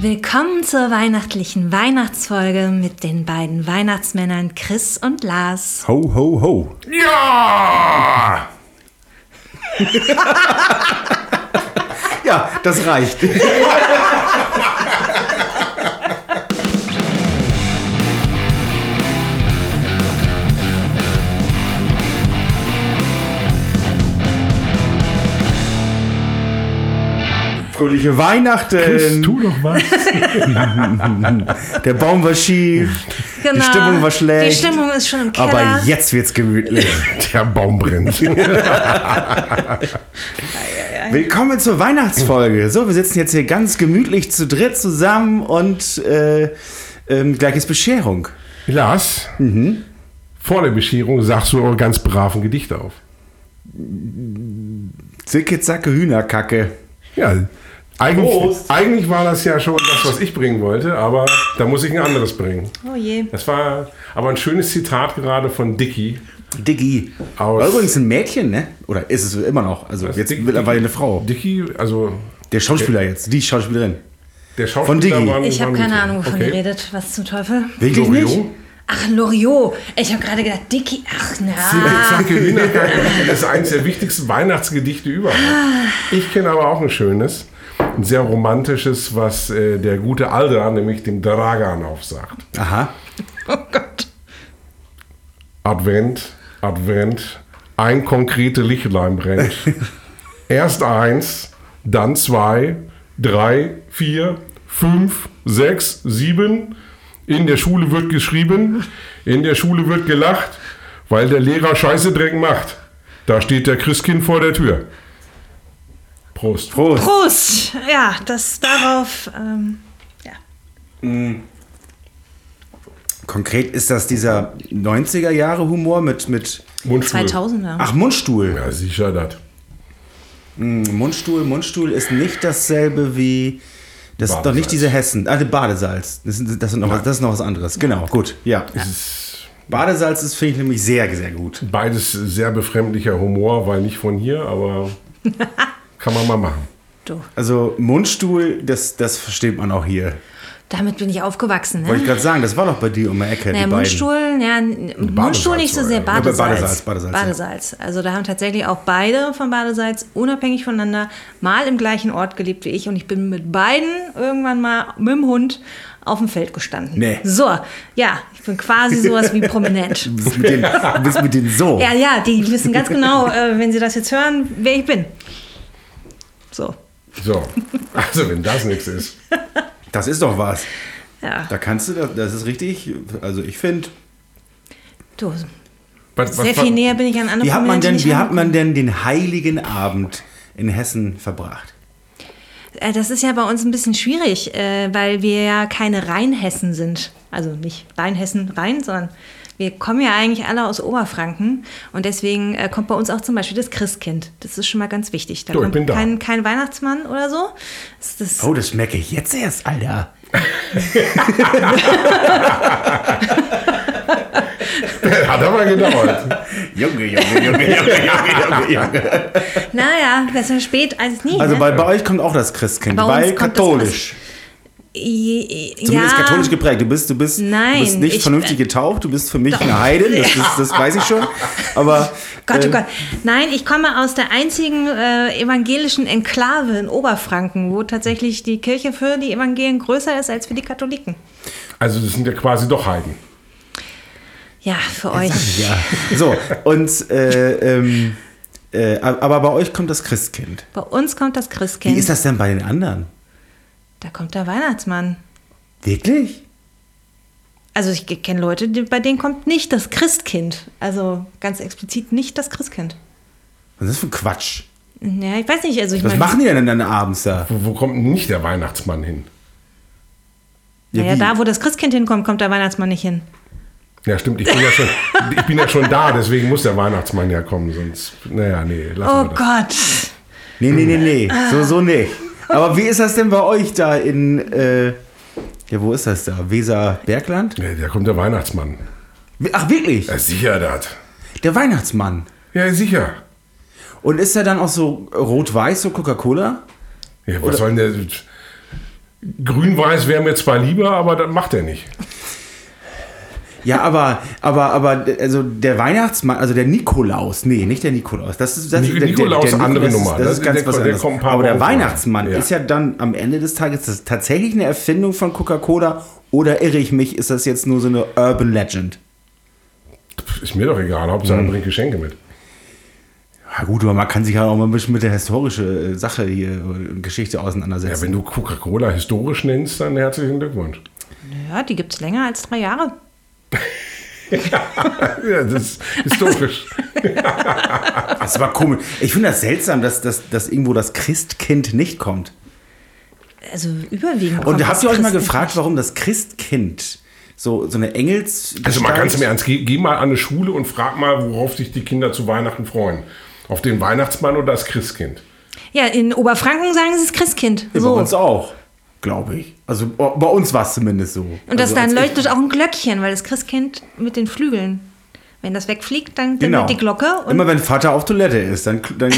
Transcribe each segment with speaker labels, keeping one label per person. Speaker 1: Willkommen zur weihnachtlichen Weihnachtsfolge mit den beiden Weihnachtsmännern Chris und Lars.
Speaker 2: Ho, ho, ho.
Speaker 3: Ja!
Speaker 2: Ja, das reicht. Fröhliche Weihnachten.
Speaker 3: Chris, tu doch was.
Speaker 2: Der Baum war schief. Die Stimmung war schlecht.
Speaker 1: Genau. Die Stimmung ist schon im Keller.
Speaker 2: Aber jetzt wird's gemütlich.
Speaker 3: Der Baum brennt.
Speaker 2: Willkommen zur Weihnachtsfolge. So, wir sitzen jetzt hier ganz gemütlich zu dritt zusammen und äh, ähm, gleich ist Bescherung.
Speaker 3: Lars,
Speaker 2: Mhm.
Speaker 3: vor der Bescherung sagst du auch ganz brav ein Gedicht auf.
Speaker 2: Zicke, zacke, Hühnerkacke.
Speaker 3: Ja, eigentlich, eigentlich war das ja schon das, was ich bringen wollte, aber da muss ich ein anderes bringen.
Speaker 1: oh je.
Speaker 3: Das war aber ein schönes Zitat gerade von Dicky.
Speaker 2: Diggi.
Speaker 3: Aus-
Speaker 2: War übrigens ein Mädchen, ne? Oder ist es immer noch? Also
Speaker 3: Das
Speaker 2: jetzt
Speaker 3: Dick-
Speaker 2: mittlerweile eine Frau.
Speaker 3: Dicky, also
Speaker 2: Der Schauspieler jetzt, die Schauspielerin.
Speaker 3: der Schauspieler
Speaker 2: Dicky.
Speaker 3: war-
Speaker 1: Ich
Speaker 3: war
Speaker 1: habe
Speaker 3: ein
Speaker 1: keine
Speaker 3: Mädchen.
Speaker 1: Ahnung, wovon
Speaker 3: okay.
Speaker 1: ihr redet. Was zum Teufel?
Speaker 2: Wirklich
Speaker 3: Loriot?
Speaker 2: nicht?
Speaker 1: Ach, Loriot. Ich habe gerade gedacht, Dicky. Ach, na.
Speaker 3: Zacke Hühnerkacke, das ist eines der wichtigsten Weihnachtsgedichte überhaupt. Ich kenne aber auch ein schönes, ein sehr romantisches, was äh, der gute Aldran, nämlich dem Dragan, aufsagt.
Speaker 2: Aha.
Speaker 1: Oh Gott.
Speaker 3: Advent, Advent, ein konkrete Lichtlein brennt. Erst eins, dann zwei, drei, vier, fünf, sechs, sieben. In der Schule wird geschrieben, in der Schule wird gelacht, weil der Lehrer Scheiße Dreck macht. Da steht der Christkind vor der Tür. Prost.
Speaker 2: Prost.
Speaker 1: Prost. Ja, das darauf. Ähm, ja.
Speaker 2: Konkret ist das dieser 90er Jahre Humor mit, mit
Speaker 3: Mundstuhl.
Speaker 1: 2000er.
Speaker 2: Ach, Mundstuhl.
Speaker 3: Ja, sicher das.
Speaker 2: Mundstuhl, Mundstuhl ist nicht dasselbe wie. Das ist doch
Speaker 3: Badesalz.
Speaker 2: nicht diese Hessen. Ah, die Badesalz. Das, sind, das, sind noch was, das ist noch was anderes. Genau, gut. Ja. Badesalz ist, finde ich, nämlich sehr, sehr gut.
Speaker 3: Beides sehr befremdlicher Humor, weil nicht von hier, aber kann man mal machen.
Speaker 1: Du.
Speaker 2: Also Mundstuhl, das, das versteht man auch hier.
Speaker 1: Damit bin ich aufgewachsen,
Speaker 2: Wollte ich
Speaker 1: ne?
Speaker 2: gerade sagen, das war doch bei dir um die Ecke.
Speaker 1: Naja,
Speaker 2: die beiden.
Speaker 1: Mundstuhl, ja, n- Mundstuhl nicht so
Speaker 3: war
Speaker 1: sehr,
Speaker 3: ja. Ja, bei
Speaker 1: Badesalz.
Speaker 2: Badesalz, Badesalz, ja.
Speaker 1: Badesalz. Also da haben tatsächlich auch beide von Badesalz unabhängig voneinander mal im gleichen Ort gelebt wie ich und ich bin mit beiden irgendwann mal mit dem Hund auf dem Feld gestanden.
Speaker 2: Nee.
Speaker 1: So, ja, ich bin quasi sowas wie prominent.
Speaker 2: Du bist mit den, du bist mit den so.
Speaker 1: Ja, ja, die wissen ganz genau, äh, wenn sie das jetzt hören, wer ich bin. So,
Speaker 3: So, also wenn das nichts ist.
Speaker 2: Das ist doch was.
Speaker 1: ja.
Speaker 2: Da kannst du, das, das ist richtig. Also ich finde.
Speaker 1: Du,
Speaker 3: Was,
Speaker 1: sehr viel näher bin ich an andere
Speaker 2: Wie hat man
Speaker 1: Prominente
Speaker 2: denn,
Speaker 1: nicht
Speaker 2: wie
Speaker 1: ran-
Speaker 2: hat man denn den heiligen Abend in Hessen verbracht?
Speaker 1: Äh, Das ist ja bei uns ein bisschen schwierig, äh, weil wir ja keine Rheinhessen sind. Also nicht Rheinhessen, Rhein, sondern wir kommen ja eigentlich alle aus Oberfranken. Und deswegen äh, kommt bei uns auch zum Beispiel das Christkind. Das ist schon mal ganz wichtig. Da
Speaker 3: Du, ich
Speaker 1: kommt
Speaker 3: bin da.
Speaker 1: kein, kein Weihnachtsmann oder so. Das, das,
Speaker 2: Oh, das schmecke ich jetzt erst, Alter.
Speaker 3: Hat aber gedauert.
Speaker 2: Junge, Junge, Junge, Junge, Junge, Junge, Junge.
Speaker 1: Naja, besser spät als nie.
Speaker 2: Also
Speaker 1: ne?
Speaker 2: bei, bei euch kommt auch das Christkind,
Speaker 1: Bei uns
Speaker 2: weil
Speaker 1: kommt das
Speaker 2: katholisch.
Speaker 1: I- i-
Speaker 2: Zumindest
Speaker 1: ja,
Speaker 2: katholisch geprägt. Du bist, du bist,
Speaker 1: Nein,
Speaker 2: du bist nicht
Speaker 1: ich-
Speaker 2: vernünftig getauft, du bist für mich
Speaker 1: Doch.
Speaker 2: eine Heidin, das,
Speaker 1: Ja.
Speaker 2: ist, das weiß ich schon. Aber
Speaker 1: Gott,
Speaker 2: äh,
Speaker 1: oh Gott. Nein, ich komme aus der einzigen äh, evangelischen Enklave in Oberfranken, wo tatsächlich die Kirche für die Evangelien größer ist als für die Katholiken.
Speaker 3: Also das sind ja quasi doch Heiden.
Speaker 1: Ja, für euch.
Speaker 2: Ja. So, und äh, ähm, äh, aber bei euch kommt das Christkind.
Speaker 1: Bei uns kommt das
Speaker 2: Wie
Speaker 1: Christkind.
Speaker 2: ist das denn bei den anderen?
Speaker 1: Da kommt der Weihnachtsmann.
Speaker 2: Wirklich?
Speaker 1: Also ich kenne Leute, die, bei denen kommt nicht das Christkind. Also ganz explizit nicht das Christkind.
Speaker 2: Was ist das für ein Quatsch?
Speaker 1: Ja, ich weiß nicht. Also ich
Speaker 2: Was
Speaker 1: meine,
Speaker 2: machen die denn dann abends da?
Speaker 3: Wo, wo kommt denn nicht der Weihnachtsmann hin?
Speaker 2: Ja,
Speaker 1: naja,
Speaker 2: wie?
Speaker 1: da, wo das Christkind hinkommt, kommt der Weihnachtsmann nicht hin.
Speaker 3: Ja, stimmt, ich bin ja schon, ich bin ja schon da, deswegen muss der Weihnachtsmann ja kommen, sonst. Naja, nee,
Speaker 1: Oh
Speaker 3: lassen wir das.
Speaker 1: Gott.
Speaker 2: Nee, nee, nee, nee.
Speaker 3: Ah.
Speaker 2: So, so nicht. Aber wie ist das denn bei euch da in. Äh, ja, wo ist das da? Weserbergland?
Speaker 3: Nee, da kommt der Weihnachtsmann.
Speaker 2: Ach, wirklich?
Speaker 3: Ja, sicher das.
Speaker 2: Der Weihnachtsmann.
Speaker 3: Ja, sicher.
Speaker 2: Und ist er dann auch so rot-weiß, so Coca-Cola?
Speaker 3: Ja, was soll denn der. Grün-Weiß wäre mir zwar lieber, aber das macht er nicht.
Speaker 2: Ja, aber, aber, aber, also der Weihnachtsmann, also der Nikolaus, nee, nicht der Nikolaus. Das ist, das
Speaker 3: Ni-
Speaker 2: ist der,
Speaker 3: Nikolaus
Speaker 2: der, der
Speaker 3: andere
Speaker 2: Nikolaus ist-
Speaker 3: Nummer.
Speaker 2: Das
Speaker 3: Das-
Speaker 2: ist ganz
Speaker 3: der-
Speaker 2: was
Speaker 3: der
Speaker 2: anderes.
Speaker 3: kommt ein paar
Speaker 2: aber der
Speaker 3: Wochen vorher.
Speaker 2: Weihnachtsmann
Speaker 3: Ja.
Speaker 2: ist ja dann am Ende des Tages das tatsächlich eine Erfindung von Coca-Cola oder irre ich mich, ist das jetzt nur so eine Urban Legend?
Speaker 3: Ist mir doch egal, Hauptsache er bringt Geschenke mit.
Speaker 2: Ja gut, aber man kann sich ja auch mal ein bisschen mit der historischen äh, Sache hier äh, Geschichte
Speaker 3: Ja,
Speaker 2: auseinandersetzen.
Speaker 3: wenn du Coca-Cola historisch nennst, dann herzlichen Glückwunsch.
Speaker 1: Ja, die gibt es länger als drei Jahre.
Speaker 3: Ja, das ist historisch.
Speaker 2: das war komisch. Ich finde das seltsam, dass, dass, dass irgendwo das Christkind nicht kommt.
Speaker 1: Also überwiegend. kommt
Speaker 2: Und
Speaker 1: das
Speaker 2: habt ihr euch mal
Speaker 1: Christen-
Speaker 2: gefragt, warum das Christkind so, so eine Engels.
Speaker 3: Also man kann es im Ernst, geh, geh mal an eine Schule und frag mal, worauf sich die Kinder zu Weihnachten freuen. Auf den Weihnachtsmann oder das Christkind?
Speaker 1: Ja, in Oberfranken sagen sie es Christkind.
Speaker 2: Ja,
Speaker 1: So.
Speaker 2: Bei uns auch, glaube ich. Also o- bei uns war es zumindest so.
Speaker 1: Und das
Speaker 2: also,
Speaker 1: dann
Speaker 2: als ich-
Speaker 1: leuchtet auch ein Glöckchen, weil das Christkind mit den Flügeln. Wenn das wegfliegt, dann
Speaker 2: Genau.
Speaker 1: klingelt die Glocke. Und Ah.
Speaker 2: Immer wenn Vater auf Toilette ist, dann, dann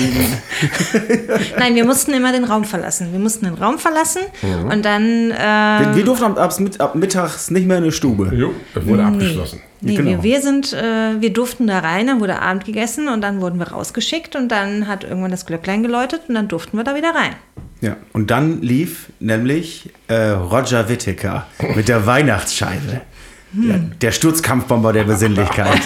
Speaker 1: Nein, wir mussten immer den Raum verlassen. Wir mussten den Raum verlassen und dann. Äh,
Speaker 2: wir durften ab, ab, ab mittags nicht mehr in eine Stube.
Speaker 3: Jo, das wurde abgeschlossen.
Speaker 1: Nee,
Speaker 2: Genau.
Speaker 1: wir, wir sind, äh, wir durften da rein, dann wurde Abend gegessen und dann wurden wir rausgeschickt und dann hat irgendwann das Glöcklein geläutet und dann durften wir da wieder rein.
Speaker 2: Ja. Und dann lief nämlich äh, Roger Whittaker mit der Weihnachtsscheibe. Der, der Sturzkampfbomber der Besinnlichkeit.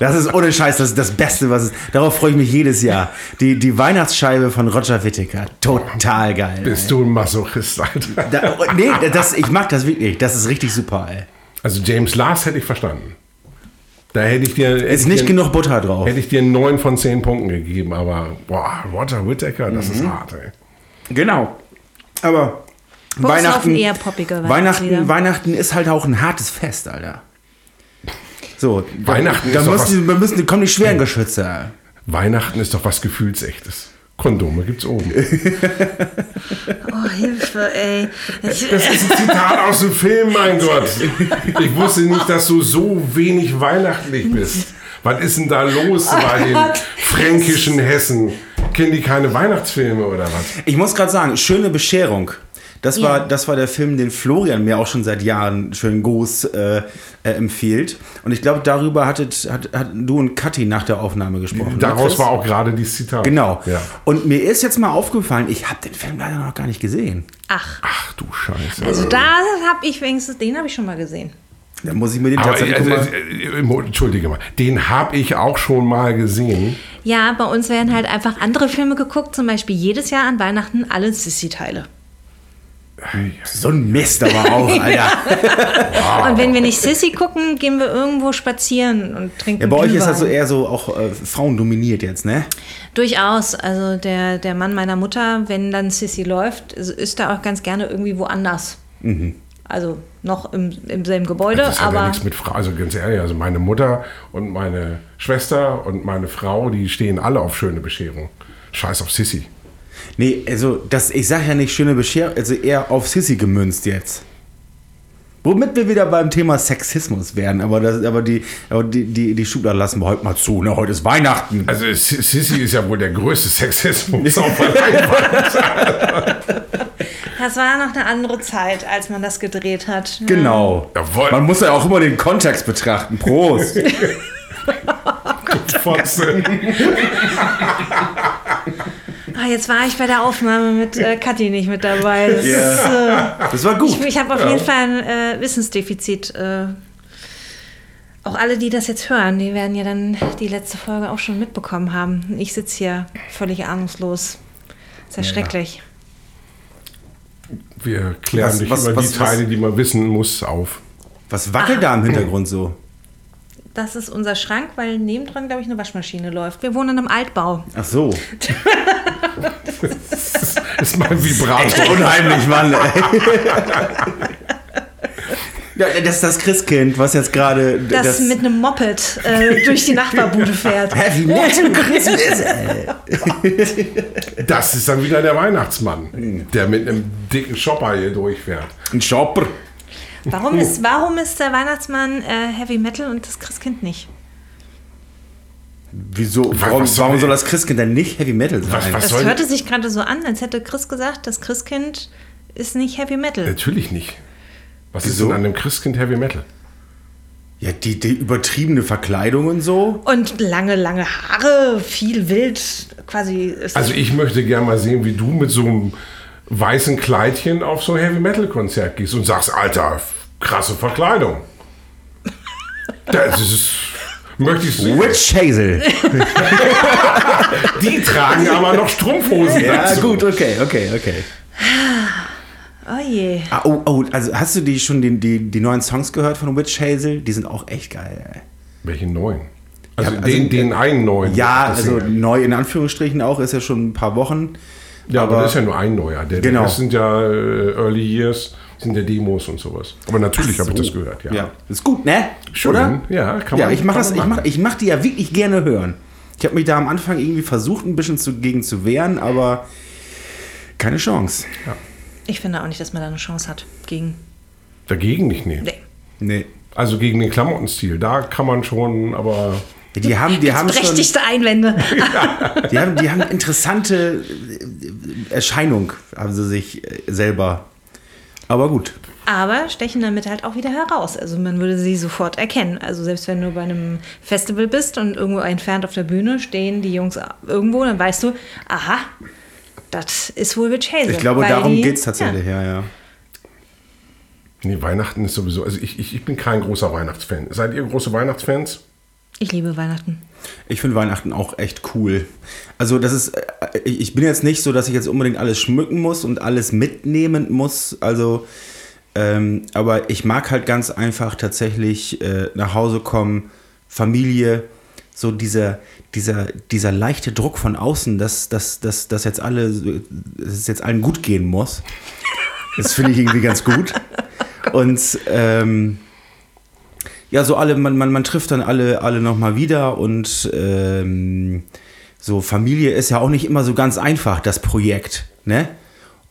Speaker 2: Das ist ohne Scheiß, das ist das Beste, was es. Darauf freue ich mich jedes Jahr. Die, die Weihnachtsscheibe von Roger Whittaker. Total geil. ey.
Speaker 3: Bist du ein Masochist, Alter?
Speaker 2: Da, oh, nee, das, ich mag das wirklich. Das ist richtig super, ey.
Speaker 3: Also James Lars hätte ich verstanden. Da hätte ich dir... hätte
Speaker 2: Ist
Speaker 3: ich
Speaker 2: nicht
Speaker 3: dir,
Speaker 2: genug Butter drauf.
Speaker 3: Hätte ich dir einen 9 von 10 Punkten gegeben, aber boah, Roger Whittaker, das
Speaker 2: Mhm.
Speaker 3: ist hart, ey.
Speaker 2: Genau. Aber
Speaker 1: Bei uns laufen eher poppige Weihnachtslieder.
Speaker 2: Weihnachten, Weihnachten ist halt auch ein hartes Fest, Alter. So,
Speaker 3: Weihnachten
Speaker 2: da,
Speaker 3: ist
Speaker 2: da
Speaker 3: doch
Speaker 2: müssen, die- da müssen, die- kommen die schweren Geschütze.
Speaker 3: Weihnachten ist doch was Gefühlsechtes. Kondome gibt's oben.
Speaker 1: Oh, Hilfe, ey.
Speaker 3: Das ist ein Zitat aus dem Film, mein Gott. Ich wusste nicht, dass du so wenig weihnachtlich bist. Was ist denn da los bei den fränkischen Hessen? Kennen die keine Weihnachtsfilme oder was?
Speaker 2: Ich muss gerade sagen, schöne Bescherung. Das,
Speaker 1: Ja.
Speaker 2: war, das war der Film, den Florian mir auch schon seit Jahren schön groß äh, äh, empfiehlt. Und ich glaube, darüber hattet, hat, hat du und Kathi nach der Aufnahme gesprochen. ne,
Speaker 3: Daraus
Speaker 2: Chris?
Speaker 3: war auch gerade dieses Zitat.
Speaker 2: Genau.
Speaker 3: Ja.
Speaker 2: Und mir ist jetzt mal aufgefallen, ich habe den Film leider noch gar nicht gesehen.
Speaker 1: Ach,
Speaker 3: Ach du Scheiße.
Speaker 1: also da habe ich wenigstens, den habe ich schon mal gesehen.
Speaker 2: Da muss ich mir den
Speaker 3: aber,
Speaker 2: tatsächlich
Speaker 3: also,
Speaker 2: mal.
Speaker 3: also, äh, Entschuldige mal, den habe ich auch schon mal gesehen.
Speaker 1: Ja, bei uns werden halt einfach andere Filme geguckt, zum Beispiel jedes Jahr an Weihnachten alle Sissy-Teile.
Speaker 2: So ein Mist aber auch, Alter.
Speaker 3: Ah,
Speaker 1: Und wenn wir nicht Sissy gucken, gehen wir irgendwo spazieren und trinken
Speaker 2: ja, bei euch ist
Speaker 1: Glühwein.
Speaker 2: das so eher so auch äh, Frauen dominiert jetzt, ne?
Speaker 1: Durchaus. Also der, der Mann meiner Mutter, wenn dann Sissy läuft, ist- ist er auch ganz gerne irgendwie woanders. Also noch im, im selben Gebäude,
Speaker 3: Das hat ja
Speaker 1: aber
Speaker 3: nichts mit Frau, also ganz ehrlich, also meine Mutter und meine Schwester und meine Frau, die stehen alle auf schöne Bescherung. Scheiß auf Sissy.
Speaker 2: Nee, also das, ich sag ja nicht schöne Bescherung, also eher auf Sissy gemünzt jetzt. Womit wir wieder beim Thema Sexismus werden, aber, das, aber, die, aber die, die, die Schublade lassen wir heute mal zu, ne? Heute ist Weihnachten.
Speaker 3: Also S- Sissy ist ja wohl der größte Sexismus auf der Leinwand.
Speaker 1: das war noch eine andere Zeit, als man das gedreht hat. ne? Ja.
Speaker 2: Genau.
Speaker 3: Jawohl.
Speaker 2: Man muss ja auch immer den Kontext betrachten. Prost.
Speaker 3: Fotze.
Speaker 1: Ah, jetzt war ich bei der Aufnahme mit äh, Kathi nicht mit dabei. Das ist, äh,
Speaker 2: Das war gut.
Speaker 1: ich ich habe auf jeden Fall ein äh, Wissensdefizit. Äh, auch alle, die das jetzt hören, die werden ja dann die letzte Folge auch schon mitbekommen haben. Ich sitze hier völlig ahnungslos. Ist ja, schrecklich.
Speaker 3: Wir klären
Speaker 2: Was-
Speaker 3: dich
Speaker 2: was-
Speaker 3: über
Speaker 2: was-
Speaker 3: die Teile,
Speaker 2: was-
Speaker 3: die man wissen muss, auf.
Speaker 2: Was wackelt da im Hintergrund so?
Speaker 1: Das ist unser Schrank, weil nebendran, glaube ich, eine Waschmaschine läuft. Wir wohnen in einem Altbau.
Speaker 2: Ach so.
Speaker 3: Ist mein Vibrator.
Speaker 2: Unheimlich, Mann. Ey. Ja, das ist das Christkind, was jetzt gerade
Speaker 1: Das, mit einem Moped äh, durch die Nachbarbude fährt.
Speaker 2: Heavy Metal Christmas. ey.
Speaker 3: Das ist dann wieder der Weihnachtsmann, der mit einem dicken Shopper hier durchfährt.
Speaker 2: Ein Shopper.
Speaker 1: Warum ist, warum ist der Weihnachtsmann äh, Heavy Metal und das Christkind nicht?
Speaker 2: Wieso?
Speaker 3: Was-
Speaker 2: Warum,
Speaker 3: was soll-
Speaker 2: warum soll das Christkind denn nicht Heavy Metal sein?
Speaker 3: Was- was-
Speaker 1: Das
Speaker 3: soll-
Speaker 1: hörte sich gerade so an, als hätte Chris gesagt, das Christkind ist nicht Heavy Metal.
Speaker 3: Natürlich nicht. Was ist
Speaker 2: Wieso?
Speaker 3: denn an dem Christkind Heavy Metal?
Speaker 2: Ja, die, die übertriebene Verkleidung und so.
Speaker 1: Und lange, lange Haare, viel wild, quasi. Ist
Speaker 3: Also ich möchte gerne mal sehen, wie du mit so einem weißen Kleidchen auf so ein Heavy Metal Konzert gehst und sagst, Alter, f- krasse Verkleidung. Das ist, möchte ich sehen.
Speaker 2: Witch Hazel.
Speaker 3: Die tragen aber noch Strumpfhosen
Speaker 2: ja,
Speaker 3: dazu.
Speaker 2: gut, okay, okay, okay.
Speaker 1: oh je.
Speaker 2: Ah, oh, oh, also hast du die schon den, die, die neuen Songs gehört von Witch Hazel? Die sind auch echt geil. Ey.
Speaker 3: Welchen neuen? Also,
Speaker 2: Ja, also-
Speaker 3: den, den einen neuen.
Speaker 2: Ja,
Speaker 3: Das
Speaker 2: also
Speaker 3: sind-
Speaker 2: neu in Anführungsstrichen auch, ist ja schon ein paar Wochen.
Speaker 3: ja, aber das ist ja nur ein neuer. Der,
Speaker 2: Genau.
Speaker 3: Das sind ja äh, Early Years, sind ja Demos und sowas. Aber natürlich habe ich das gehört, ja.
Speaker 2: Ja, ist gut, ne?
Speaker 3: Schön.
Speaker 2: Oder?
Speaker 3: Ja, kann
Speaker 2: ja,
Speaker 3: man-
Speaker 2: ich mache
Speaker 3: kann
Speaker 2: das,
Speaker 3: man
Speaker 2: ich mach,
Speaker 3: machen.
Speaker 2: ich mach die ja wirklich gerne hören. Ich habe mich da am Anfang irgendwie versucht, ein bisschen zu, gegen zu wehren, aber keine Chance.
Speaker 1: Ich finde auch nicht, dass man da eine Chance hat gegen.
Speaker 3: Dagegen nicht nehmen.
Speaker 1: Nee.
Speaker 2: Nee.
Speaker 3: Also gegen den Klamottenstil, da kann man schon, aber
Speaker 2: Die haben, die haben schon,
Speaker 1: Berechtigte Einwände.
Speaker 2: die haben, die haben interessante äh, Erscheinung, haben sie sich äh, selber. Aber gut.
Speaker 1: Aber stechen damit halt auch wieder heraus. Also man würde sie sofort erkennen. Also selbst wenn du bei einem Festival bist und irgendwo entfernt auf der Bühne stehen die Jungs irgendwo, dann weißt du, aha, das ist wohl Witch Hazel.
Speaker 2: Ich glaube,
Speaker 1: Weil
Speaker 2: darum
Speaker 1: die-
Speaker 2: geht es tatsächlich, ja, ja.
Speaker 3: nee, Weihnachten ist sowieso, also ich, ich, ich bin kein großer Weihnachtsfan. Seid ihr große Weihnachtsfans?
Speaker 1: Ich liebe Weihnachten.
Speaker 2: Ich finde Weihnachten auch echt cool. Also das ist, äh, ich ich bin jetzt nicht so, dass ich jetzt unbedingt alles schmücken muss und alles mitnehmen muss. Also, ähm, aber ich mag halt ganz einfach tatsächlich äh, nach Hause kommen, Familie, so dieser, dieser, dieser leichte Druck von außen, dass, dass, dass, dass jetzt alle, so- dass es jetzt allen gut gehen muss. Das finde ich irgendwie ganz gut. Und ähm, ja, so alle, man, man, man trifft dann alle, alle nochmal wieder und ähm, so Familie ist ja auch nicht immer so ganz einfach, das Projekt, ne?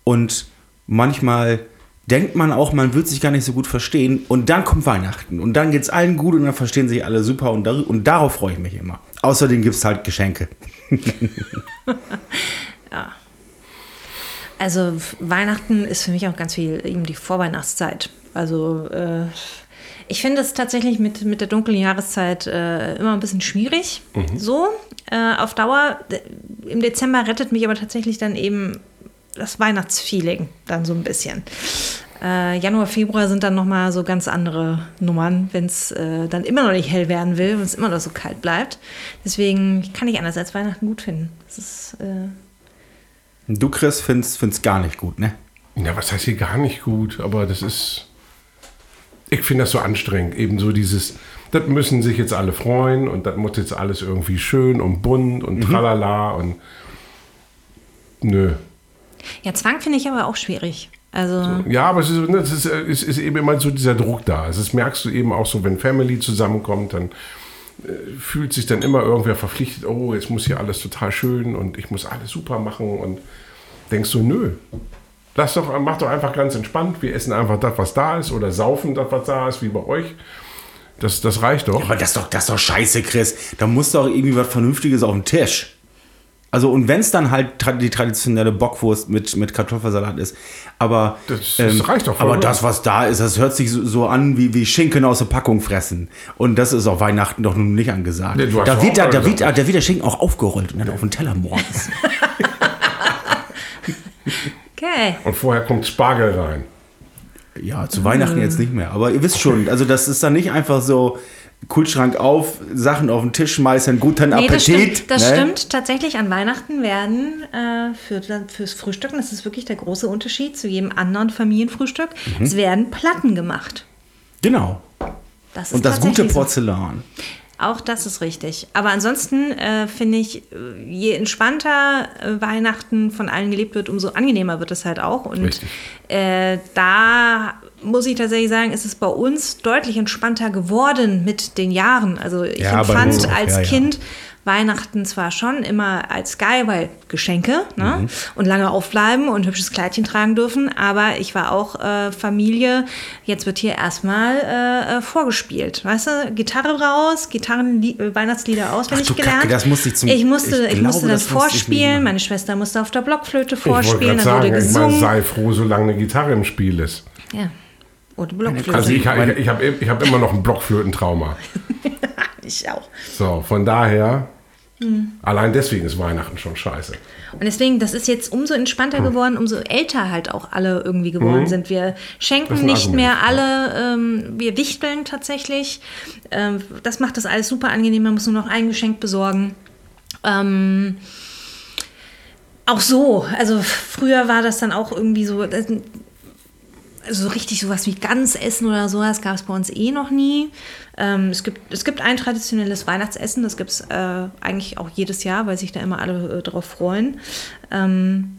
Speaker 2: Und manchmal denkt man auch, man wird sich gar nicht so gut verstehen und dann kommt Weihnachten und dann geht's allen gut und dann verstehen sich alle super und, dar und darauf freue ich mich immer. Außerdem gibt's halt Geschenke.
Speaker 1: Also f- Weihnachten ist für mich auch ganz viel eben die Vorweihnachtszeit. Also äh, ich finde es tatsächlich mit, mit der dunklen Jahreszeit äh, immer ein bisschen schwierig. So äh, auf Dauer. D- Im Dezember rettet mich aber tatsächlich dann eben das Weihnachtsfeeling dann so ein bisschen. Äh, Januar, Februar sind dann nochmal so ganz andere Nummern, wenn es äh, dann immer noch nicht hell werden will, wenn es immer noch so kalt bleibt. Deswegen kann ich anders als Weihnachten gut finden. Das ist, äh,
Speaker 2: Und Du, Chris, findest find's gar nicht gut, ne?
Speaker 3: Ja, was heißt hier gar nicht gut, aber das ist, ich finde das so anstrengend, eben so dieses, das müssen sich jetzt alle freuen und das muss jetzt alles irgendwie schön und bunt und tralala und nö.
Speaker 1: Ja, Zwang finde ich aber auch schwierig. Also,
Speaker 3: Ja, aber es ist, ne, es, ist, äh, es ist eben immer so dieser Druck da. Es ist, merkst du eben auch so, wenn Family zusammenkommt, dann äh, fühlt sich dann immer irgendwer verpflichtet, oh, jetzt muss hier alles total schön und ich muss alles super machen und denkst du, nö, lass doch, mach doch einfach ganz entspannt, wir essen einfach das, was da ist oder saufen das, was da ist, wie bei euch. Das, das reicht doch.
Speaker 2: Aber das ist doch, das ist doch scheiße, Chris. Da muss doch irgendwie was Vernünftiges auf den Tisch. Also, und wenn es dann halt tra die traditionelle Bockwurst mit, mit Kartoffelsalat ist, aber. ähm,
Speaker 3: Das- das reicht doch voll,
Speaker 2: Aber
Speaker 3: oder?
Speaker 2: das, was da ist, das hört sich so, so an wie, wie Schinken aus der Packung fressen. Und das ist auf Weihnachten doch nun nicht angesagt.
Speaker 3: Nee, du hast
Speaker 2: da,
Speaker 3: doch auch
Speaker 2: wird da, da,
Speaker 3: gerade
Speaker 2: wird, da wird der Schinken auch aufgerollt und dann auf den Teller morgens.
Speaker 1: okay.
Speaker 3: Und vorher kommt Spargel rein.
Speaker 2: ja, zu Weihnachten jetzt nicht mehr. Aber ihr wisst schon, also, das ist dann nicht einfach so. Kühlschrank auf, Sachen auf den Tisch schmeißen, guten
Speaker 1: Nee,
Speaker 2: Appetit.
Speaker 1: das stimmt. Das
Speaker 2: ne?
Speaker 1: stimmt. Tatsächlich an Weihnachten werden äh, für, fürs Frühstück, und das ist wirklich der große Unterschied zu jedem anderen Familienfrühstück,
Speaker 2: Mhm.
Speaker 1: es werden Platten gemacht.
Speaker 2: Genau.
Speaker 1: Das ist
Speaker 2: Und das gute
Speaker 1: tatsächlich so.
Speaker 2: Porzellan.
Speaker 1: Auch das ist richtig. Aber ansonsten äh, finde ich, äh, je entspannter äh, Weihnachten von allen gelebt wird, umso angenehmer wird es halt auch. Und
Speaker 3: Richtig.
Speaker 1: äh, da muss ich tatsächlich sagen, ist es bei uns deutlich entspannter geworden mit den Jahren. Also ich
Speaker 2: Ja, bei uns
Speaker 1: empfand
Speaker 2: auch.
Speaker 1: als
Speaker 2: Ja, ja.
Speaker 1: Kind Weihnachten zwar schon immer als geil, weil Geschenke ne?
Speaker 2: Mhm.
Speaker 1: und lange aufbleiben und hübsches Kleidchen tragen dürfen, aber ich war auch äh, Familie, jetzt wird hier erstmal äh, äh, vorgespielt. Weißt du, Gitarre raus, Gitarren, äh, Weihnachtslieder auswendig
Speaker 2: du Kacke,
Speaker 1: gelernt.
Speaker 2: das musste ich zum-
Speaker 1: ich musste,
Speaker 2: ich
Speaker 1: ich musste
Speaker 2: glaube,
Speaker 1: dann
Speaker 2: das musste ich mir
Speaker 1: vorspielen,
Speaker 2: machen.
Speaker 1: meine Schwester musste auf der Blockflöte
Speaker 3: Ich wollte
Speaker 1: vorspielen,
Speaker 3: gerade
Speaker 1: dann
Speaker 3: sagen,
Speaker 1: wurde
Speaker 3: ich meine,
Speaker 1: gesungen.
Speaker 3: sei froh, solange eine Gitarre im Spiel ist.
Speaker 1: ja. Oder Blockflöte.
Speaker 3: Also ich, ich, ich habe ich hab immer noch ein Blockflötentrauma.
Speaker 1: ich auch.
Speaker 3: So, von daher, allein deswegen ist Weihnachten schon scheiße.
Speaker 1: Und deswegen, das ist jetzt umso
Speaker 3: Hm.
Speaker 1: entspannter geworden, umso älter halt auch alle irgendwie geworden sind. Wir
Speaker 3: Das
Speaker 1: schenken
Speaker 3: ist ein
Speaker 1: nicht
Speaker 3: Argument,
Speaker 1: mehr alle, ähm, wir wichteln tatsächlich. Ähm, das macht das alles super angenehm, man muss nur noch ein Geschenk besorgen. Ähm, auch so, also früher war das dann auch irgendwie so, äh, das- also so richtig sowas wie Gansessen oder sowas gab es bei uns eh noch nie. Ähm, es, gibt, es gibt ein traditionelles Weihnachtsessen, das gibt es äh, eigentlich auch jedes Jahr, weil sich da immer alle äh, drauf freuen. Ähm,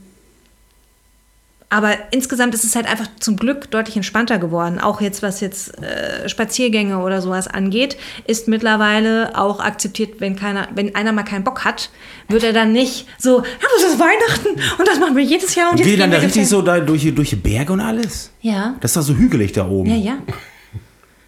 Speaker 1: aber insgesamt ist es halt einfach zum Glück deutlich entspannter geworden. Auch jetzt, was jetzt äh, Spaziergänge oder sowas angeht, ist mittlerweile auch akzeptiert, wenn keiner, wenn einer mal keinen Bock hat, wird er dann nicht so, ja, das ist Weihnachten und das machen wir jedes Jahr und jetzt
Speaker 2: Wie
Speaker 1: gehen
Speaker 2: dann da
Speaker 1: wir
Speaker 2: richtig
Speaker 1: jetzt-
Speaker 2: so da durch, die- durch die Berge und alles?
Speaker 1: Ja.
Speaker 2: Das ist doch so hügelig da oben.
Speaker 1: Ja, ja.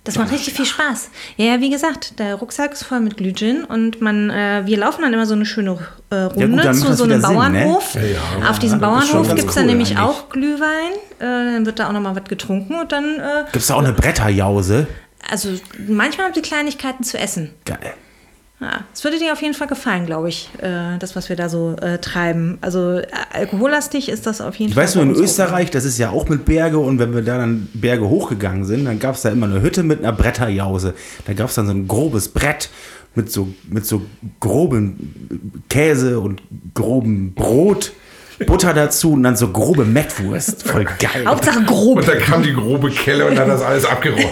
Speaker 1: Das macht richtig viel Spaß. Ja, ja, wie gesagt, der Rucksack ist voll mit Glühgin und man, äh, wir laufen dann immer so eine schöne äh,
Speaker 2: Ja,
Speaker 1: Runde
Speaker 2: gut, dann macht
Speaker 1: zu
Speaker 2: das
Speaker 1: so einem
Speaker 2: wieder Sinn, ne?
Speaker 1: Bauernhof.
Speaker 3: Ja, ja.
Speaker 1: Auf diesem
Speaker 2: das ist schon
Speaker 1: Bauernhof
Speaker 2: ganz
Speaker 1: gibt es dann
Speaker 2: cool
Speaker 1: nämlich
Speaker 2: eigentlich.
Speaker 1: auch Glühwein. Äh, dann wird da auch nochmal was getrunken und dann, äh,
Speaker 2: Gibt es da auch eine Bretterjause?
Speaker 1: also manchmal haben sie Kleinigkeiten zu essen.
Speaker 2: Geil.
Speaker 1: Ja, es würde dir auf jeden Fall gefallen, glaube ich, äh, das, was wir da so äh, treiben. Also äh, alkohollastig ist das auf jeden
Speaker 2: Ich
Speaker 1: Fall.
Speaker 2: weiß
Speaker 1: bei
Speaker 2: nur, in
Speaker 1: uns auch.
Speaker 2: Österreich, das ist ja auch mit Berge und wenn wir da dann Berge hochgegangen sind, dann gab es da immer eine Hütte mit einer Bretterjause. Da gab es dann so ein grobes Brett mit so, mit so grobem Käse und grobem Brot, Butter dazu und dann so grobe Mettwurst. Voll geil.
Speaker 1: Hauptsache grob.
Speaker 3: Und dann kam die grobe Kelle und dann das alles abgeräumt.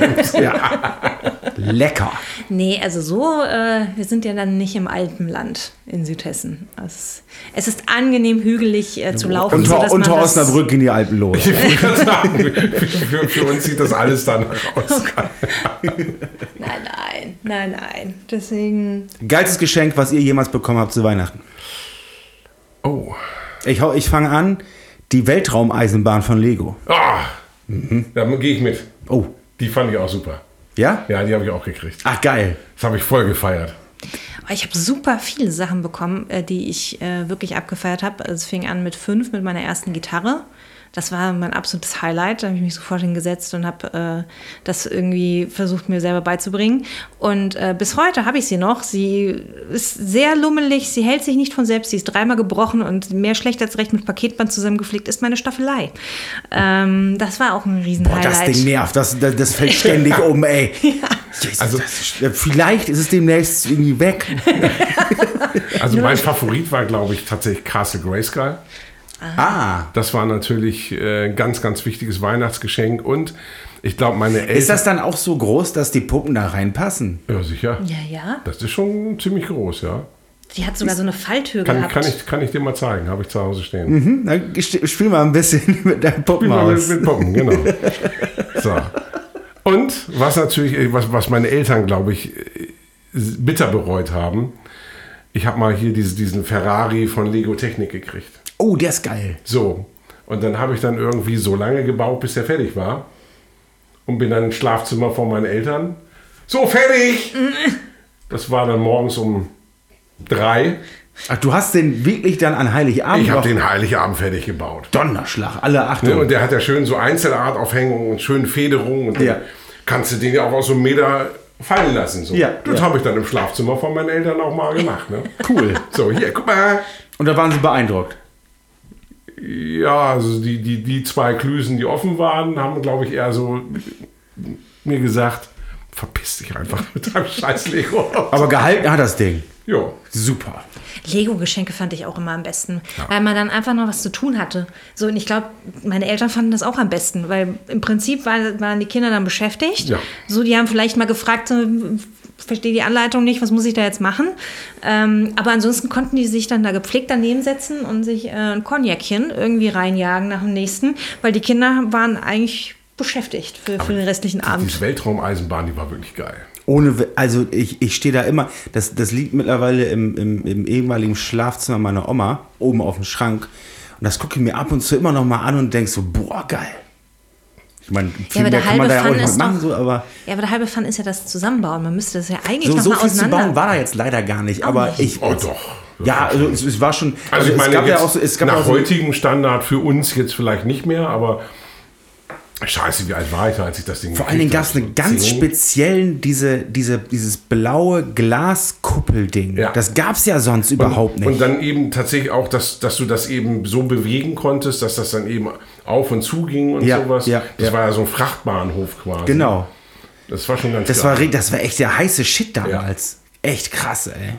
Speaker 2: Lecker.
Speaker 1: Nee, also so, äh, wir sind ja dann nicht im Alpenland in Südhessen. Es, es ist angenehm hügelig äh, zu laufen.
Speaker 2: Unter,
Speaker 1: sodass man
Speaker 2: unter
Speaker 1: das-
Speaker 2: Osnabrück gehen die Alpen los.
Speaker 3: Ich würde sagen, für, für uns sieht das alles danach aus.
Speaker 1: Nein, nein, nein, nein. Deswegen,
Speaker 2: Geilstes Geschenk, was ihr jemals bekommen habt zu Weihnachten.
Speaker 3: Oh.
Speaker 2: Ich, hau- ich fange an, die Weltraumeisenbahn von Lego.
Speaker 3: Ah. Dann gehe ich mit.
Speaker 2: Oh,
Speaker 3: Die fand ich auch super.
Speaker 2: ja?
Speaker 3: Ja, die habe ich auch gekriegt.
Speaker 2: Ach, geil.
Speaker 3: Das habe ich voll gefeiert.
Speaker 1: aber ich habe super viele Sachen bekommen, äh, die ich äh, wirklich abgefeiert habe. Also es fing an mit fünf, mit meiner ersten Gitarre. Das war mein absolutes Highlight. Da habe ich mich sofort hingesetzt und habe äh, das irgendwie versucht, mir selber beizubringen. Und äh, bis heute habe ich sie noch. Sie ist sehr lummelig, sie hält sich nicht von selbst, sie ist dreimal gebrochen und mehr schlecht als recht mit Paketband zusammengeflickt ist meine Staffelei. Ähm, das war auch ein
Speaker 2: Boah,
Speaker 1: Riesenhighlight.
Speaker 2: das Ding nervt. Das, das, das fällt ständig um, ey. Jesus,
Speaker 3: Also-
Speaker 2: das ist, äh, vielleicht ist es demnächst irgendwie weg.
Speaker 3: Also mein Favorit war, glaube ich, tatsächlich Castle Grayskull.
Speaker 2: Ah.
Speaker 3: Das war natürlich äh, ein ganz, ganz wichtiges Weihnachtsgeschenk. Und ich glaube, meine Eltern...
Speaker 2: Ist das dann auch so groß, dass die Puppen da reinpassen?
Speaker 3: Ja, sicher.
Speaker 1: ja, ja.
Speaker 3: Das ist schon ziemlich groß, ja.
Speaker 1: Die hat sogar so eine Falltür
Speaker 3: Kann,
Speaker 1: gehabt.
Speaker 3: kann, ich, kann ich dir mal zeigen, habe ich zu Hause stehen.
Speaker 2: Hm? Na, gest- spiel mal ein bisschen mit deinen
Speaker 3: Spiel
Speaker 2: Puppen
Speaker 3: mal
Speaker 2: aus.
Speaker 3: mit, mit Puppen, genau. so. Und was natürlich, äh, was, was meine Eltern, glaube ich, äh, bitter bereut haben, ich habe mal hier diese, diesen Ferrari von Lego Technik gekriegt.
Speaker 2: Oh, der ist geil.
Speaker 3: So. Und dann habe ich dann irgendwie so lange gebaut, bis er fertig war. Und bin dann ins Schlafzimmer von meinen Eltern. So, fertig! das war dann morgens um drei.
Speaker 2: Ach, du hast den wirklich dann an Heiligabend
Speaker 3: Ich habe
Speaker 2: noch-
Speaker 3: den Heiligabend fertig gebaut.
Speaker 2: Donnerschlag. Alle Achtung.
Speaker 3: Ne? Und der hat ja schön so Einzelartaufhängungen und schön Federungen. Und dann
Speaker 2: Ja.
Speaker 3: kannst du den ja auch aus so einem Meter fallen lassen. So.
Speaker 2: Ja,
Speaker 3: Das
Speaker 2: ja.
Speaker 3: habe ich dann im Schlafzimmer von meinen Eltern auch mal gemacht. Ne?
Speaker 2: Cool.
Speaker 3: So, hier, guck mal.
Speaker 2: Und da waren sie beeindruckt.
Speaker 3: Ja, also die, die, die zwei Klüsen, die offen waren, haben, glaube ich, eher so mir gesagt, verpiss dich einfach mit deinem scheiß Lego.
Speaker 2: Aber gehalten hat das Ding.
Speaker 3: Jo.
Speaker 2: Super.
Speaker 1: Lego-Geschenke fand ich auch immer am besten, weil man dann einfach noch was zu tun hatte. So, und ich glaube, meine Eltern fanden das auch am besten, weil im Prinzip war- waren die Kinder dann beschäftigt.
Speaker 3: Ja.
Speaker 1: So, die haben vielleicht mal gefragt, so, verstehe die Anleitung nicht, was muss ich da jetzt machen? Ähm, aber ansonsten konnten die sich dann da gepflegt daneben setzen und sich äh, ein Cognacchen irgendwie reinjagen nach dem nächsten, weil die Kinder waren eigentlich beschäftigt für, für den restlichen Abend.
Speaker 3: Diese Weltraumeisenbahn, die war wirklich geil.
Speaker 2: Ohne, Wi- also ich, ich stehe da immer, das, das liegt mittlerweile im, im, im ehemaligen Schlafzimmer meiner Oma, oben auf dem Schrank. Und das gucke ich mir ab und zu immer noch mal an und denke so, boah, geil. Ich meine, viel
Speaker 1: aber
Speaker 2: mehr
Speaker 1: der
Speaker 2: kann
Speaker 1: halbe
Speaker 2: man da ja auch
Speaker 1: Pfann
Speaker 2: nicht mit
Speaker 1: ist
Speaker 2: machen,
Speaker 1: doch-
Speaker 2: so, aber
Speaker 1: Ja, aber der halbe Pfann ist ja das Zusammenbauen. Man müsste das ja eigentlich
Speaker 2: so,
Speaker 1: noch
Speaker 2: so
Speaker 1: mal
Speaker 2: viel zu
Speaker 1: auseinander.
Speaker 2: bauen war da jetzt leider gar nicht. Aber
Speaker 1: nicht.
Speaker 2: ich.
Speaker 3: Oh doch.
Speaker 2: Ja, also es, es war schon.
Speaker 3: Also ich meine,
Speaker 2: es gab ja
Speaker 3: jetzt
Speaker 2: auch so. Es gab
Speaker 3: nach
Speaker 2: ja auch so
Speaker 3: heutigem Standard für uns jetzt vielleicht nicht mehr, aber scheiße, wie alt war ich da, als ich das Ding
Speaker 2: Vor allen Dingen gab es einen ganz
Speaker 3: spitze.
Speaker 2: speziellen, diese, diese, dieses blaue Glaskuppelding.
Speaker 3: Ja.
Speaker 2: Das gab es ja sonst überhaupt nicht.
Speaker 3: Und dann eben tatsächlich auch, dass, dass du das eben so bewegen konntest, dass das dann eben auf und zu ging und
Speaker 2: Ja,
Speaker 3: sowas.
Speaker 2: ja,
Speaker 3: das
Speaker 2: ja.
Speaker 3: war ja so ein Frachtbahnhof quasi.
Speaker 2: genau.
Speaker 3: Das war schon ganz
Speaker 2: Das
Speaker 3: klar.
Speaker 2: war, re- das war echt der heiße Shit damals. Echt krass, ey.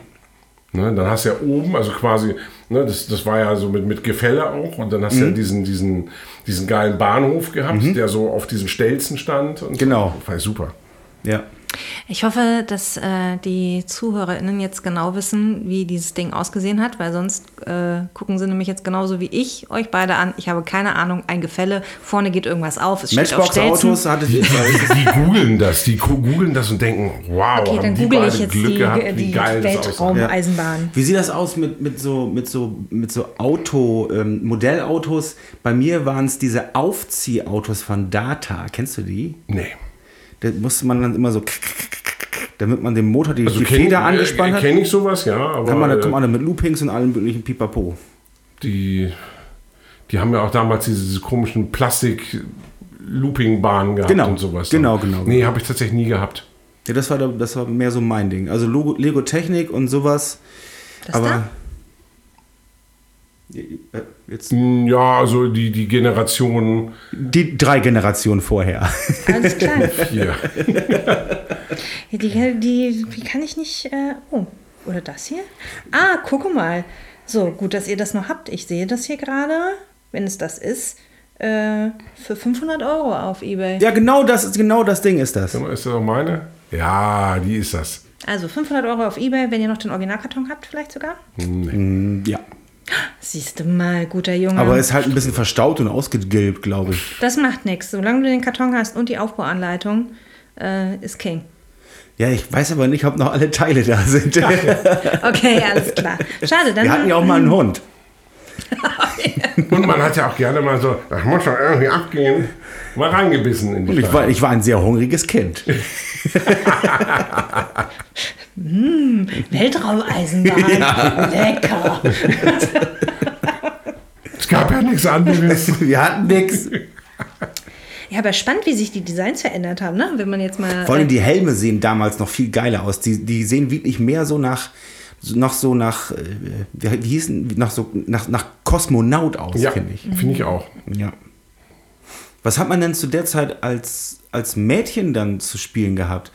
Speaker 3: Ne, dann hast du ja oben, also quasi, ne, das, das war ja so mit, mit Gefälle auch. Und dann hast
Speaker 2: Mhm.
Speaker 3: du ja diesen, diesen, diesen geilen Bahnhof gehabt, der so auf diesen Stelzen stand. Und
Speaker 2: Genau.
Speaker 3: So. War super.
Speaker 2: Ja.
Speaker 1: Ich hoffe, dass äh, die ZuhörerInnen jetzt genau wissen, wie dieses Ding ausgesehen hat, weil sonst äh, gucken sie nämlich jetzt genauso wie ich euch beide an. Ich habe keine Ahnung, ein Gefälle, vorne geht irgendwas auf, es steht auf Stelzen.
Speaker 2: Matchbox-Autos hattet ihr.
Speaker 3: Die googeln das, die gu- googeln das und denken, wow,
Speaker 1: Okay,
Speaker 3: haben
Speaker 1: dann
Speaker 3: die
Speaker 1: google
Speaker 3: beide
Speaker 1: ich jetzt
Speaker 3: Glück
Speaker 1: die,
Speaker 3: gehabt, wie
Speaker 1: die
Speaker 3: geil das aussah.
Speaker 1: Weltraumeisenbahn.
Speaker 2: Wie sieht das aus mit, mit so, mit so, mit so Auto, ähm, Modellautos? Bei mir waren es diese Aufziehautos von Data. Kennst du die?
Speaker 3: Nee.
Speaker 2: Da musste man dann immer so, damit man den Motor die, die
Speaker 3: kenn-
Speaker 2: Feder
Speaker 3: äh,
Speaker 2: angespannt hat.
Speaker 3: Kenn ich sowas, ja, aber
Speaker 2: Kann man, da
Speaker 3: äh,
Speaker 2: kommt man dann mit Loopings und allem möglichen Pipapo.
Speaker 3: die, die haben ja auch damals diese, diese komischen Plastik-Looping-Bahnen gehabt
Speaker 2: Genau,
Speaker 3: und sowas.
Speaker 2: genau, genau,
Speaker 3: Nee, habe ich tatsächlich nie gehabt.
Speaker 2: Ja, das war, da- das war mehr so mein Ding. Also Logo, Lego Technik und sowas.
Speaker 1: Das
Speaker 2: aber
Speaker 1: da?
Speaker 2: Äh, jetzt
Speaker 3: Hm, Ja, also die, die Generation
Speaker 2: die drei Generationen vorher.
Speaker 1: Alles klar.
Speaker 3: hier.
Speaker 1: Ja, die, die, die kann ich nicht. Äh, oh, oder das hier? Ah, gucke mal. So, gut, dass ihr das noch habt. Ich sehe das hier gerade, wenn es das ist, äh, für 500 Euro auf Ebay.
Speaker 2: ja, genau das ist genau das Ding ist das.
Speaker 3: ist das auch meine? Ja, die ist das.
Speaker 1: Also 500 Euro auf Ebay, wenn ihr noch den Originalkarton habt, vielleicht sogar.
Speaker 2: Hm, Ja.
Speaker 1: Siehst du mal, guter Junge.
Speaker 2: Aber ist halt ein bisschen verstaut und ausgegilbt, glaube ich.
Speaker 1: das macht nichts. Solange du den Karton hast und die Aufbauanleitung, äh, ist King.
Speaker 2: Ja, ich weiß aber nicht, ob noch alle Teile da sind.
Speaker 1: Okay, alles klar. Schade, dann.
Speaker 2: Wir hatten ja auch mal einen Hund.
Speaker 3: Und man hat ja auch gerne mal so, das muss schon irgendwie abgehen, mal reingebissen in die
Speaker 2: Und ich
Speaker 3: Scheibe.
Speaker 2: war, ich war ein sehr hungriges Kind.
Speaker 1: Weltraumeisenbahn. Lecker.
Speaker 3: Es gab ja nichts anderes.
Speaker 2: Wir hatten nichts.
Speaker 1: Ja, aber spannend, wie sich die Designs verändert haben, ne? Wenn man jetzt mal.
Speaker 2: Vor allem die Helme sehen damals noch viel geiler aus. Die, die sehen wirklich mehr so nach, so- noch so nach, äh, wie wie hießen, nach so, nach, nach Kosmonaut aus,
Speaker 3: ja,
Speaker 2: finde ich.
Speaker 3: finde ich auch.
Speaker 2: Ja. Was hat man denn zu der Zeit als, als Mädchen dann zu spielen gehabt?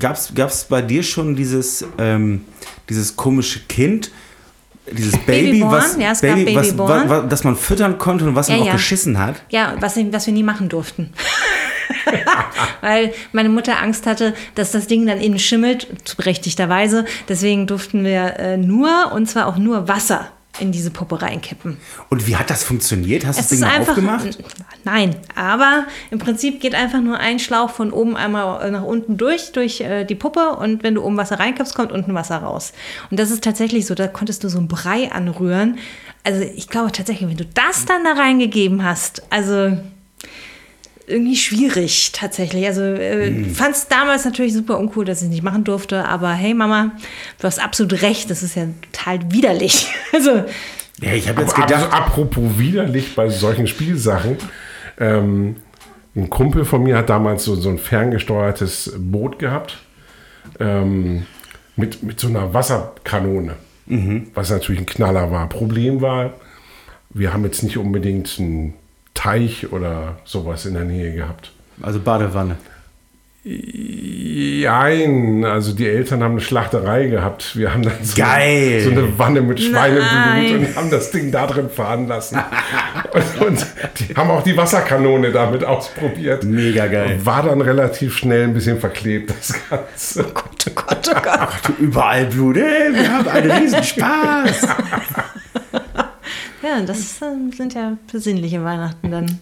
Speaker 2: Gab es gab's bei dir schon dieses, ähm, dieses komische Kind? Dieses Baby,
Speaker 1: Babyborn?
Speaker 2: was,
Speaker 1: Ja, es gab
Speaker 2: was,
Speaker 1: Babyborn.
Speaker 2: wa- wa- das man füttern konnte und was
Speaker 1: Ja,
Speaker 2: man auch
Speaker 1: ja.
Speaker 2: geschissen hat.
Speaker 1: ja, was, was wir nie machen durften. Weil meine Mutter Angst hatte, dass das Ding dann innen schimmelt, zu berechtigterweise. Deswegen durften wir äh, nur, und zwar auch nur Wasser in diese Puppe reinkippen.
Speaker 2: Und wie hat das funktioniert? Hast du das Ding mal aufgemacht?
Speaker 1: Nein, aber im Prinzip geht einfach nur ein Schlauch von oben einmal äh, nach unten durch, durch äh, die Puppe und wenn du oben Wasser reinkippst, kommt unten Wasser raus. Und das ist tatsächlich so, da konntest du so einen Brei anrühren. Also ich glaube tatsächlich, wenn du das dann da reingegeben hast, also irgendwie schwierig tatsächlich. Also äh, fand es damals natürlich super uncool, dass ich es nicht machen durfte, aber hey Mama, du hast absolut recht, das ist ja total widerlich. also
Speaker 2: Ja, ich habe jetzt
Speaker 3: Ab-
Speaker 2: gedacht,
Speaker 3: apropos widerlich bei solchen Spielsachen. Ähm, ein Kumpel von mir hat damals so, so ein ferngesteuertes Boot gehabt ähm, mit, mit so einer Wasserkanone,
Speaker 2: Mhm.
Speaker 3: was natürlich ein Knaller war. Problem war, wir haben jetzt nicht unbedingt einen Teich oder sowas in der Nähe gehabt.
Speaker 2: also Badewanne.
Speaker 3: Nein, also die Eltern haben eine Schlachterei gehabt. Wir haben dann so,
Speaker 2: Geil.
Speaker 3: so eine Wanne mit Schweineblut
Speaker 1: Nein.
Speaker 3: und haben das Ding da drin fahren lassen. und, und die haben auch die Wasserkanone damit ausprobiert.
Speaker 2: Mega geil.
Speaker 3: War dann relativ schnell ein bisschen verklebt, das Ganze.
Speaker 1: Oh
Speaker 2: Überall Blut, ey, wir haben einen riesen Spaß.
Speaker 1: Ja, das ähm, sind ja besinnliche Weihnachten dann.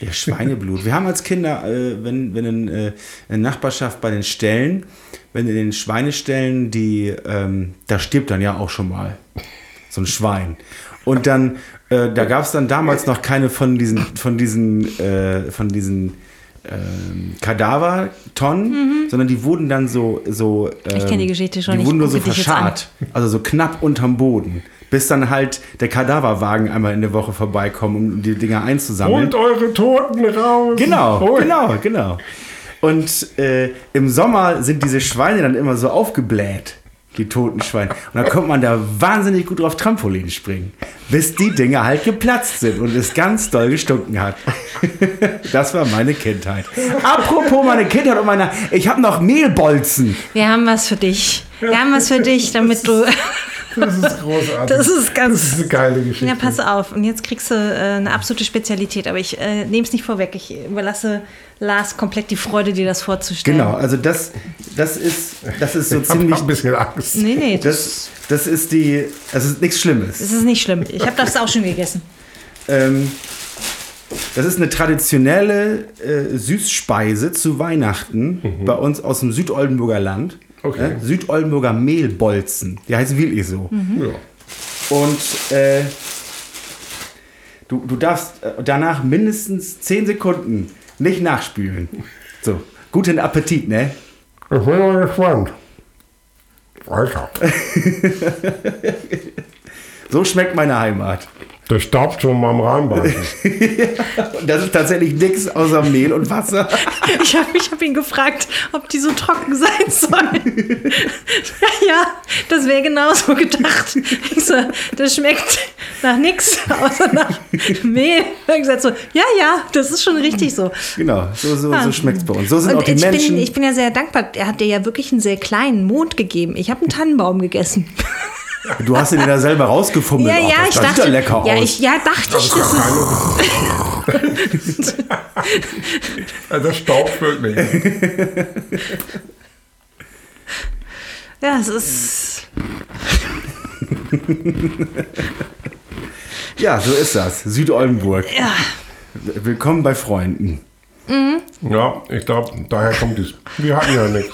Speaker 2: Der Schweineblut. Wir haben als Kinder, äh, wenn, wenn in, äh, in der Nachbarschaft bei den Ställen, wenn in den Schweineställen, die, ähm, da stirbt dann ja auch schon mal so ein Schwein. Und dann, äh, da gab es dann damals noch keine von diesen, von diesen, äh, von diesen ähm, Kadavertonnen, sondern die wurden dann so, so ähm,
Speaker 1: Mhm. Ich kenn die Geschichte schon,
Speaker 2: Die
Speaker 1: ich
Speaker 2: wurden nur so
Speaker 1: gucke dich jetzt an.
Speaker 2: verscharrt. Also so knapp unterm Boden. Bis dann halt der Kadaverwagen einmal in der Woche vorbeikommt, um die Dinger einzusammeln.
Speaker 3: Holt eure Toten raus! Oh,
Speaker 2: Genau,
Speaker 3: Holt.
Speaker 2: genau, genau. Und äh, im Sommer sind diese Schweine dann immer so aufgebläht, die toten Schweine. Und dann kommt man da wahnsinnig gut drauf Trampolin springen, bis die Dinger halt geplatzt sind und es ganz doll gestunken hat. das war meine Kindheit. Apropos meine Kindheit und meiner, ich habe noch Mehlbolzen.
Speaker 1: Wir haben was für dich. Wir haben was für dich, damit du.
Speaker 3: Das ist großartig.
Speaker 1: Das ist ganz-
Speaker 3: Das ist eine geile Geschichte.
Speaker 1: Ja, pass auf. Und jetzt kriegst du äh, eine absolute Spezialität. Aber ich äh, nehme es nicht vorweg. Ich überlasse Lars komplett die Freude, dir das vorzustellen.
Speaker 2: Genau, also das, das ist, das ist so
Speaker 3: ich habe
Speaker 2: ziemlich.
Speaker 3: ein bisschen Angst.
Speaker 1: Nee, nee, das,
Speaker 2: Das, das ist die, das ist nichts Schlimmes.
Speaker 1: das ist nicht schlimm. Ich habe das auch schon gegessen.
Speaker 2: Ähm, das ist eine traditionelle äh, Süßspeise zu Weihnachten bei uns aus dem Südoldenburger Land.
Speaker 3: Okay.
Speaker 2: Ja, Südoldenburger Mehlbolzen. Die heißen wirklich so.
Speaker 1: Hm. Mhm.
Speaker 3: Ja.
Speaker 2: Und äh, du, du darfst äh, danach mindestens 10 Sekunden nicht nachspülen. So, guten Appetit, ne?
Speaker 3: Ich bin mal gespannt. Alter,
Speaker 2: So schmeckt meine Heimat.
Speaker 3: der staubt schon mal am Reinbeißen.
Speaker 2: Und das ist tatsächlich nichts außer Mehl und Wasser.
Speaker 1: Ich habe ich hab ihn gefragt, ob die so trocken sein sollen. ja, ja, das wäre genauso gedacht. Ich so, das schmeckt nach nichts, außer nach Mehl. Er hat gesagt so, ja, ja, das ist schon richtig so.
Speaker 2: Genau, so, so, so schmeckt es bei uns. So sind
Speaker 1: Ah.
Speaker 2: auch
Speaker 1: Und
Speaker 2: die
Speaker 1: ich
Speaker 2: Menschen.
Speaker 1: bin, ich bin ja sehr dankbar. Er hat dir ja wirklich einen sehr kleinen Mond gegeben. Ich habe einen Tannenbaum gegessen.
Speaker 2: Du hast ihn ja da selber rausgefummelt.
Speaker 1: Ja,
Speaker 2: Ach,
Speaker 1: ja,
Speaker 2: das
Speaker 1: ich
Speaker 2: sah-
Speaker 1: dachte,
Speaker 2: sieht ja lecker
Speaker 1: ja,
Speaker 2: aus.
Speaker 1: ich, ja, dachte ich, das ist
Speaker 3: Der Also staubt wirklich.
Speaker 1: Ja, es ist.
Speaker 2: Ja, so ist das. Südoldenburg.
Speaker 1: Ja.
Speaker 2: Willkommen bei Freunden.
Speaker 3: Ja, ich glaube, daher kommt es. Wir hatten ja nichts.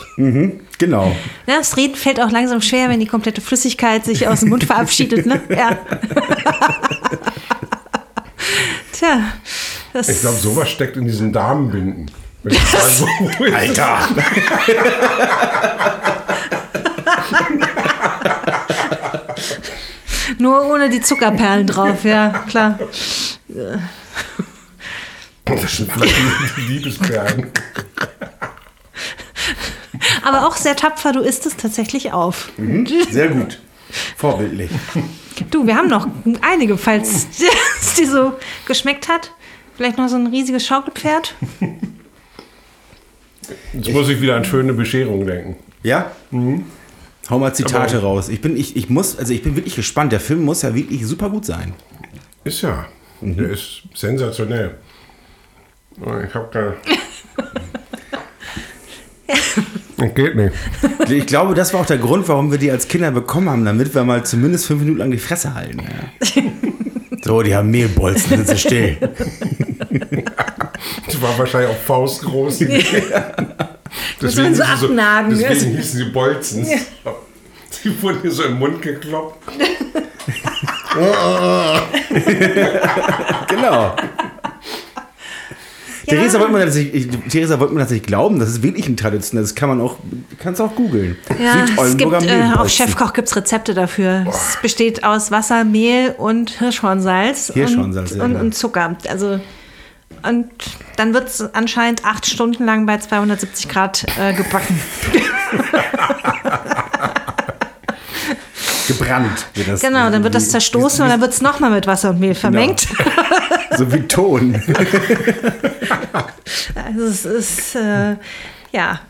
Speaker 2: Genau.
Speaker 1: Na, das Reden Ne, fällt auch langsam schwer, wenn die komplette Flüssigkeit sich aus dem Mund verabschiedet, ne? Ja. Tja, das
Speaker 3: Ich glaube, sowas steckt in diesen Damenbinden. Wenn ich mal so
Speaker 2: Alter!
Speaker 1: nur ohne die Zuckerperlen drauf, ja, klar.
Speaker 3: Das sind vielleicht die Liebesperlen.
Speaker 1: Aber auch sehr tapfer, du isst es tatsächlich auf.
Speaker 2: Sehr gut. Vorbildlich.
Speaker 1: Du, wir haben noch einige, falls es dir so geschmeckt hat. Vielleicht noch so ein riesiges Schaukelpferd.
Speaker 3: Jetzt muss ich wieder an schöne Bescherung denken.
Speaker 2: Ja? Mhm. Hau mal Zitate
Speaker 3: Aber-
Speaker 2: raus. Ich bin, ich, ich muss, also ich bin wirklich gespannt. Der Film muss ja wirklich super gut sein.
Speaker 3: Ist ja. Der ist sensationell. Ich hab keine. Das geht nicht.
Speaker 2: Ich glaube, das war auch der Grund, warum wir die als Kinder bekommen haben, damit wir mal zumindest fünf Minuten lang die Fresse halten. Ja. So, die haben Mehlbolzen, sind sie still.
Speaker 3: Die war wahrscheinlich auch faustgroß. Die
Speaker 1: Muss man so
Speaker 3: hießen sie
Speaker 1: abnagen.
Speaker 3: Deswegen hießen sie Bolzen. Die wurden hier so im Mund gekloppt.
Speaker 2: Genau.
Speaker 1: Ja.
Speaker 2: Theresa wollte mir das nicht, ich, Theresa wollte mir das nicht glauben, das ist wirklich ein Tradition, das kann man auch, kannst auch googeln.
Speaker 1: Ja, es gibt,
Speaker 2: Südoldenburger
Speaker 1: äh, auf
Speaker 2: Mehlbolzen.
Speaker 1: Chefkoch gibt es Rezepte dafür. Es besteht aus Wasser, Mehl und Hirschhornsalz.
Speaker 2: Hirschhornsalz,
Speaker 1: und,
Speaker 2: ja,
Speaker 1: und,
Speaker 2: ja.
Speaker 1: und Zucker. Also, und dann wird es anscheinend acht Stunden lang bei 270 Grad äh, gebacken.
Speaker 2: Gebrannt wird das.
Speaker 1: Genau, dann wird das zerstoßen und dann wird es nochmal mit Wasser und
Speaker 2: Genau.
Speaker 1: Mehl vermengt.
Speaker 2: So wie Ton.
Speaker 1: Also es ist, äh, ja.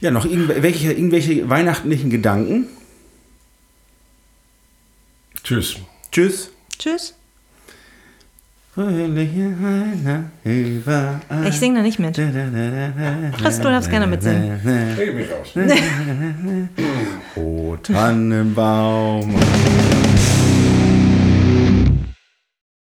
Speaker 2: Ja, noch irgendwelche, irgendwelche weihnachtlichen Gedanken.
Speaker 3: Tschüss.
Speaker 2: Tschüss.
Speaker 1: Tschüss.
Speaker 2: Fröhliche Weihnachten überall.
Speaker 1: Ich singe da nicht mit. Chris, du darfst gerne mitsingen.
Speaker 3: Dreh mich raus.
Speaker 2: Oh, Tannenbaum.